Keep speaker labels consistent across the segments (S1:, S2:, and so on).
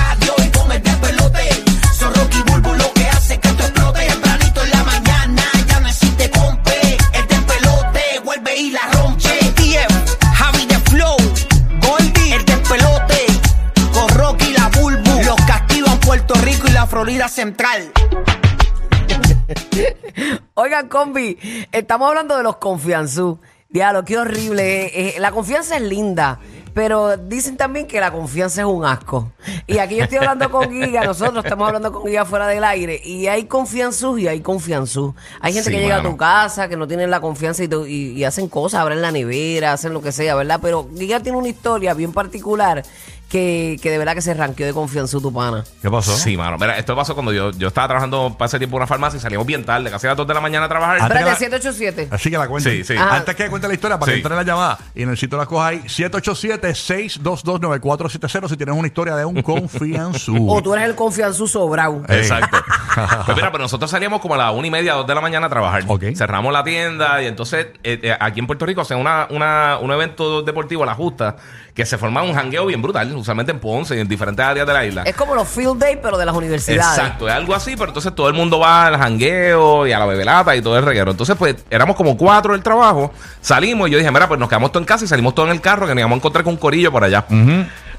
S1: radio y con el despelote. Son Rocky Bulbo lo que hace que te explote. Tempranito en la mañana ya no existe compe. El despelote vuelve y la rompe. JTF, Javi de Flow, Goldie, el despelote. Con Rocky y la Bulbo. Los castigan Puerto Rico y la Florida Central.
S2: Oigan, combi, estamos hablando de los confianzú. Diablo, qué horrible. eh, eh, la confianza es linda, pero dicen también que la confianza es un asco. Y aquí yo estoy hablando con Giga, nosotros estamos hablando con Giga fuera del aire, y hay confianzú y hay confianzú. Hay gente
S3: Sí,
S2: que llega a
S3: mano.
S2: tu casa, que no tienen la confianza y, tú- y- y hacen cosas, abren la nevera, hacen lo que sea, ¿verdad? Pero Giga tiene una historia bien particular que, que de verdad que se ranqueó de confianzú tu pana.
S3: ¿Qué pasó?
S4: Sí, mano. Mira, esto pasó cuando yo, yo estaba trabajando para ese tiempo en una farmacia y salimos bien tarde, casi a las 2 de la mañana a trabajar.
S3: Ah, Antes que
S2: Espérate,
S3: la- Ah,
S2: 787.
S3: Así que la cuenta.
S4: Sí, sí.
S2: Ajá.
S3: Antes que cuente la historia, para
S4: Sí.
S3: que entre la llamada y en el sitio la coja ahí, 787-622-9470 si tienes una historia de un confianzú.
S2: O tú eres el confianzú sobrado.
S3: Eh.
S4: Exacto. Pues mira, pero nosotros salíamos como a las una y media, dos de la mañana a trabajar.
S3: Ok.
S4: Cerramos la tienda y entonces eh, eh, aquí en Puerto Rico hacen una, una- un evento deportivo, la justa, que se forma un jangueo bien brutal, usualmente en Ponce y en diferentes áreas de la isla.
S2: Es como los field day, pero de las universidades.
S4: Exacto, es algo así, pero entonces todo el mundo va al jangueo y a la bebelata y todo el reguero. Entonces, pues, éramos como cuatro del trabajo, salimos y yo dije, mira, pues nos quedamos todos en casa y salimos todos en el carro que nos íbamos a encontrar con un corillo por allá.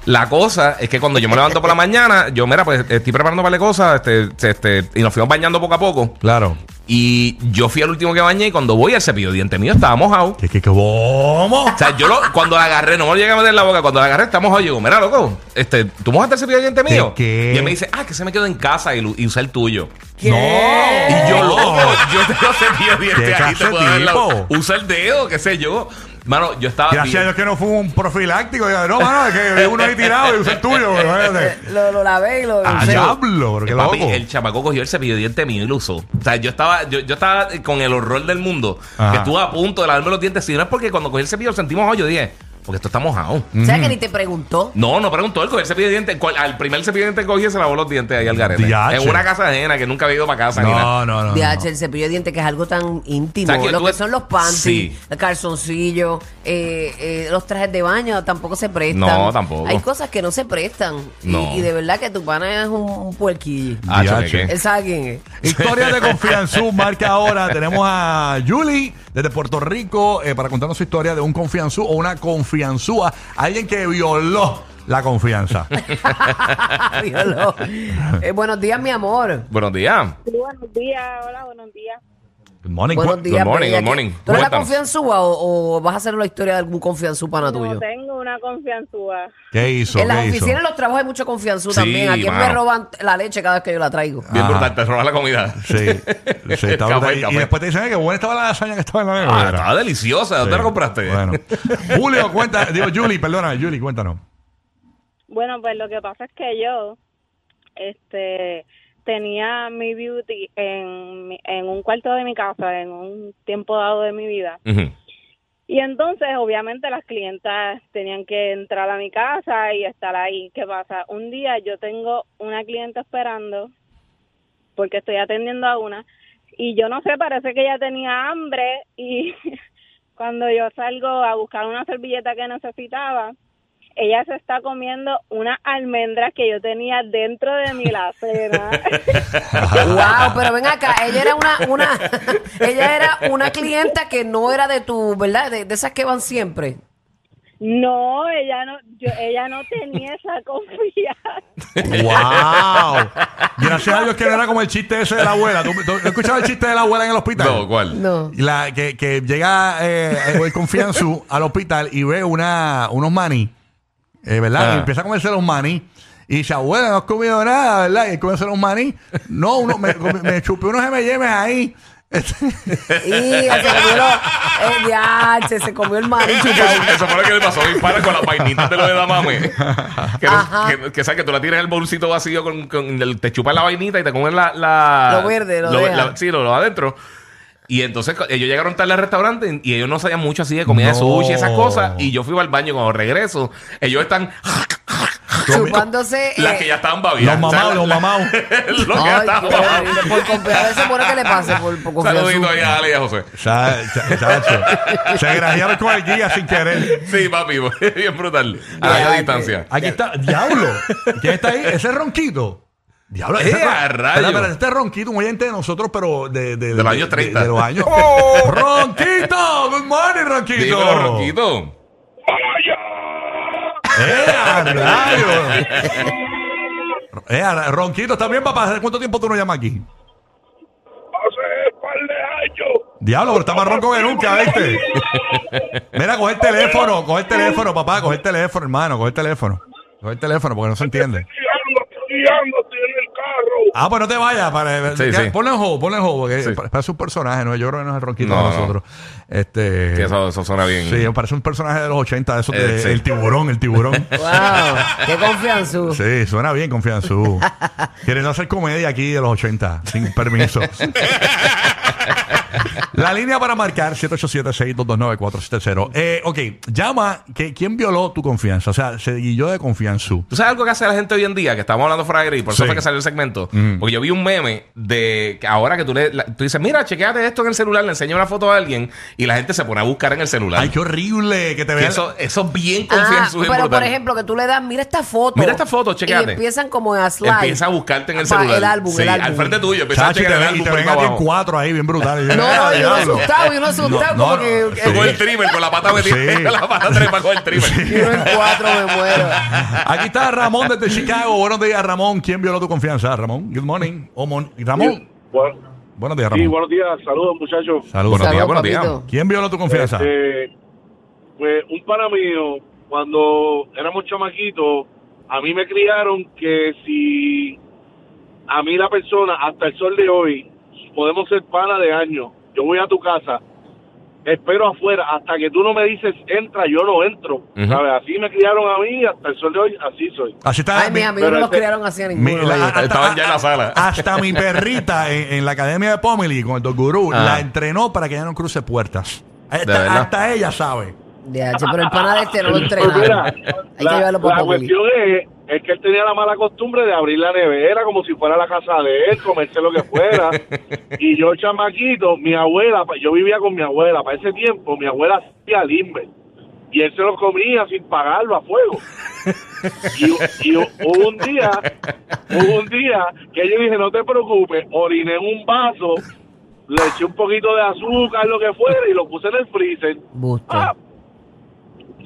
S4: La cosa es que cuando yo me levanto por la mañana, yo, mira, pues estoy preparando para la cosa este, este, y nos fuimos bañando poco a poco.
S3: Claro.
S4: Y yo fui al último que bañé y cuando voy al cepillo de diente mío estaba mojado.
S3: ¿Qué, qué, qué, cómo
S4: O sea, yo lo, cuando la agarré, no me lo llegué a meter en la boca, cuando la agarré, estamos hoy. Digo, mira, loco, este, ¿tú mojaste el cepillo de diente mío?
S3: ¿Qué?
S4: Y él me dice, ah, que se me quedó en casa y, lo- y usé el tuyo.
S3: No.
S4: Y yo, loco, yo tengo cepillo de
S3: Oh. ¿Qué
S4: diente ahí, te
S3: clase
S4: puedo dar la-
S3: tipo?
S4: Usa el dedo, qué sé yo. Mano, yo estaba
S3: Gracias
S4: bien-
S3: a Dios que no fue un profiláctico. Diga, No, mano, es que vi uno ahí tirado y usé el tuyo. pero,
S2: Eh,
S3: espérate.
S2: Lo, lo lavé y lo.
S3: Ah,
S2: o sea,
S3: diablo, pero qué
S4: Papi,
S3: loco.
S4: el chamaco cogió el cepillo de diente mío y lo usó. O sea, yo estaba, yo, yo estaba con el horror del mundo.
S3: Ajá.
S4: Que estuve a punto de lavarme los dientes. Si no es porque cuando cogí el cepillo sentimos hoy, yo dije, porque esto está mojado.
S2: o sea, que ni te preguntó.
S4: No, no preguntó. El coger cepillo de dientes. cual- al primer cepillo de dientes que cogí se lavó los dientes ahí al garete.
S3: Diache.
S4: En una casa ajena que nunca había ido para casa ni nada.
S3: No, no, no. no.
S2: DH, el cepillo de dientes, que es algo tan íntimo.
S4: O sea, que
S2: lo
S4: tú
S2: que
S4: es-
S2: son los panties,
S4: Sí.
S2: el calzoncillo, eh, eh, los trajes de baño tampoco se prestan.
S4: No, tampoco.
S2: Hay cosas que no se prestan. Y-
S4: No.
S2: Y, de verdad que tu pana es un, un puerquillo.
S4: Ah,
S3: Diache.
S4: choque, ¿qué?
S2: Él sabe quién es.
S3: Historias de confianzú, marca ahora. Tenemos a Julie desde Puerto Rico eh, para contarnos su historia de un confianzú o una confianzúa, alguien que violó la confianza.
S2: Míralo. Eh, buenos días, mi amor.
S4: Buenos días.
S5: Sí, buenos días, hola, buenos días.
S3: Good morning.
S2: Buenos días,
S4: morning,
S2: bella.
S4: good morning.
S2: ¿Tú eres la
S4: Cuéntanos.
S2: confianzúa o, o vas a hacer la historia de algún confianzú pana
S5: No
S2: tuyo?
S5: tengo una confianzúa.
S3: ¿Qué hizo?
S2: En las
S3: ¿Qué hizo?
S2: oficinas, en los trabajos hay mucho confianzú
S4: Sí,
S2: también. Aquí me
S4: mano. Ah.
S2: roban la leche cada vez que yo la traigo.
S4: Bien
S3: Ajá.
S4: brutal. Te roba la comida.
S3: Ah. Sí, sí, está
S4: Café,
S3: brutal. Y- y,
S4: café.
S3: después te dicen, "Ay, qué buena estaba la lasaña que estaba en la
S4: Ah,
S3: nevera.
S4: estaba deliciosa. ¿Dónde
S3: Sí.
S4: la compraste?
S3: Bueno. Julio, cuenta, digo, Julie, perdona, Julie, cuéntanos.
S5: Bueno, pues lo que pasa es que yo este, tenía mi beauty en, mi- en un cuarto de mi casa en un tiempo dado de mi vida.
S4: Ujú.
S5: Y entonces, obviamente, las clientas tenían que entrar a mi casa y estar ahí. ¿Qué pasa? Un día yo tengo una clienta esperando porque estoy atendiendo a una y yo no sé, parece que ella tenía hambre y cuando yo salgo a buscar una servilleta que necesitaba, ella se está comiendo unas almendras que yo tenía dentro de mi lacena.
S2: wow, pero ven acá, ella era una, una, ella era una clienta que no era de tu, ¿verdad? De, de esas que van siempre.
S5: No, ella no, yo, ella no tenía esa confianza.
S3: ¡Wow! Gracias a Dios que no era como el chiste ese de la abuela. ¿Tú, tú- escuchabas el chiste de la abuela en el hospital?
S4: No, ¿cuál?
S2: No.
S3: La, que, que llega eh, el confianzú al hospital y ve una, unos maní, eh, ¿verdad?
S4: Ah.
S3: Y empieza a comerse los maní. Y dice, abuela, no has comido nada, ¿verdad? Y él comienza los maní. No, uno, me, me chupé unos M&M's ahí.
S2: Y se comió, lo- el diache, se comió el maricho.
S4: Eso, eso fue lo que le pasó a mi pana con las vainitas de lo de Damame. Que, no-
S2: Ajá.
S4: que, que, sabes que tú la tiras en el bolsito vacío con, con el- te chupas la vainita y te comes la, la-
S2: Lo verde, lo deja.
S4: la- Sí, lo, lo adentro. Y entonces co- ellos llegaron tarde al restaurante y y ellos no sabían mucho así de comida de
S3: No.
S4: sushi y esas cosas. Y yo fui al baño y cuando regreso, ellos están
S2: Chupándose.
S4: las
S2: eh,
S4: que ya estaban
S3: Los
S4: babiando.
S3: mamados, los mamados.
S4: los que ya
S2: Ay,
S4: estaban
S2: qué
S4: babiando.
S2: horrible. por confiar, eso por que le pase, por, por confianzú.
S4: Saludito ahí a Ale y a José.
S3: Sa- sa- chacho. Se grajearon con el guía sin querer.
S4: Sí, papi, bien brutal. A la
S2: Ya,
S4: distancia.
S3: Aquí está, diablo. ¿Quién está ahí? Ese ronquito. Diablo, ese,
S4: ¡Eh,
S3: ron-
S4: a rayos!
S3: Espera, espera, este ronquito, un oyente de nosotros, pero de,
S4: De
S3: de-
S4: los
S3: de-
S4: años 30.
S3: De, de los años.
S4: ¡Oh!
S3: ¡Ronquito! ¡Good morning, Ronquito!
S4: Dímelo, Roquito.
S3: ¡Eh, a rayos! Eh, a ra- ronquito, ¿está bien, papá? ¿Cuánto tiempo tú no llamas aquí?
S6: hace par de años.
S3: Diablo, pero está más ronco que nunca, ¿viste? Mira, coge el teléfono, coge el teléfono, papá, coge el teléfono, hermano, coge el teléfono. Coge el teléfono porque no se entiende.
S6: Estoy guiando, estoy guiando, estoy en el carro.
S3: Ah, pues no te vayas. Para,
S4: Sí,
S3: ya,
S4: sí.
S3: Ponlo en juego, ponlo en juego. Porque
S4: Sí.
S3: pa- parece un personaje, ¿no? Yo creo que no es el ronquito
S4: No,
S3: de
S4: no.
S3: nosotros. Este,
S4: Sí, eso, eso suena bien.
S3: sí, parece un personaje de los 80, de esos de-
S4: Eh, sí.
S3: el tiburón, el tiburón.
S2: Wow, qué confianzú.
S3: sí, suena bien, confianzú. Quieren hacer comedia aquí de los 80, sin permiso. La línea para marcar 787-622-9470. Eh, ok, llama. Que, ¿Quién violó tu confianza? O sea, se guilló de confianzú.
S4: ¿Tú sabes algo que hace la gente hoy en día? Que estamos hablando fuera de gris, por eso
S3: Sí.
S4: fue que salió el segmento.
S3: Mm.
S4: Porque yo vi un meme de que ahora que tú le la- tú dices, mira, chequéate esto en el celular, le enseño una foto a alguien y la gente se pone a buscar en el celular.
S3: Ay, qué horrible que te
S4: Que
S3: vean.
S4: eso, eso es bien
S2: Ah,
S4: confianza.
S2: pero por ejemplo, que tú le das, mira esta foto.
S4: Mira esta foto,
S2: Y
S4: chequéate.
S2: empiezan como a slide.
S4: empieza a buscarte en el
S2: Pa-
S4: celular.
S2: El álbum,
S4: Sí,
S2: el álbum.
S4: al frente tuyo, empieza a
S3: Chacho, y
S4: checar
S3: te,
S4: el
S3: ven, y
S4: álbum
S3: te
S4: por ahí
S3: ven
S4: para
S3: a ti en
S4: abajo.
S3: cuatro ahí, bien brutal.
S2: No, no, y uno
S3: Diablo.
S2: asustado, y uno asustado,
S3: No,
S2: como
S3: no,
S2: que.
S3: sí.
S4: Tú con el trimmer, con la pata metida,
S3: Sí.
S4: la pata trepa con el trimmer.
S2: Y uno en cuatro me muero.
S3: Aquí está Ramón desde Chicago. Buenos días, Ramón. ¿Quién violó tu confianza? Ramón, good morning. O mon- Ramón,
S6: Bueno,
S3: buenos días,
S6: sí,
S3: Ramón.
S6: buenos días, saludos
S3: Saludos.
S6: muchachos.
S4: Buenos días,
S2: Saludos,
S4: buenos días.
S2: papito.
S3: ¿Quién violó tu confianza?
S6: Este, pues un pana mío, cuando éramos chamaquitos, a mí me criaron que si a mí la persona, hasta el sol de hoy, podemos ser pana de año. Yo voy a tu casa, espero afuera, hasta que tú no me dices entra, yo no entro.
S4: Ujú.
S6: ¿Sabes? Así me criaron a mí, hasta el sol de hoy, así soy.
S3: Así está.
S2: Ay, mis
S3: mi-
S2: amigos no
S6: Pero
S2: los
S6: este-
S2: criaron así a
S3: mi-
S2: ninguno.
S3: la-
S2: oye.
S3: hasta-
S4: Estaban ya en la sala.
S3: Hasta mi perrita en, en la academia de Pomeli con el Dog Guru
S4: Ah.
S3: la entrenó para que ella no cruce puertas.
S4: De
S3: Hasta,
S4: verdad.
S3: hasta ella sabe.
S2: Ya, che, pero el pana de este no lo
S6: Pues
S2: entrenaron.
S6: mira,
S2: Hay que
S6: la,
S2: llevarlo por
S6: la
S2: Populi.
S6: cuestión es, es que él tenía la mala costumbre de abrir la nevera como si fuera la casa de él, comerse lo que fuera. y yo, chamaquito, mi abuela, pa- yo vivía con mi abuela. Para ese tiempo, mi abuela hacía limber. Y él se lo comía sin pagarlo a fuego. Y, y hubo un día, hubo un día que yo dije, no te preocupes, oriné en un vaso, le eché un poquito de azúcar, lo que fuera, y lo puse en el freezer.
S2: Busto.
S6: Ah,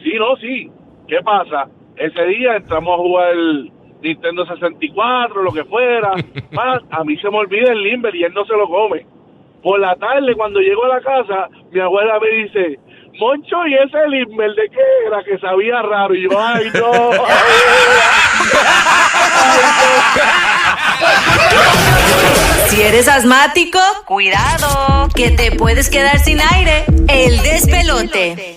S6: sí, no, sí. ¿Qué pasa? Ese día entramos a jugar el Nintendo 64, lo que fuera. Más, a mí se me olvida el limber y él no se lo come. Por la tarde, cuando llego a la casa, mi abuela me dice, Moncho, ¿y ese limber de qué era? Que sabía raro. Y yo, ay, no.
S7: Si eres asmático, cuidado, que te puedes quedar sin aire. El despelote.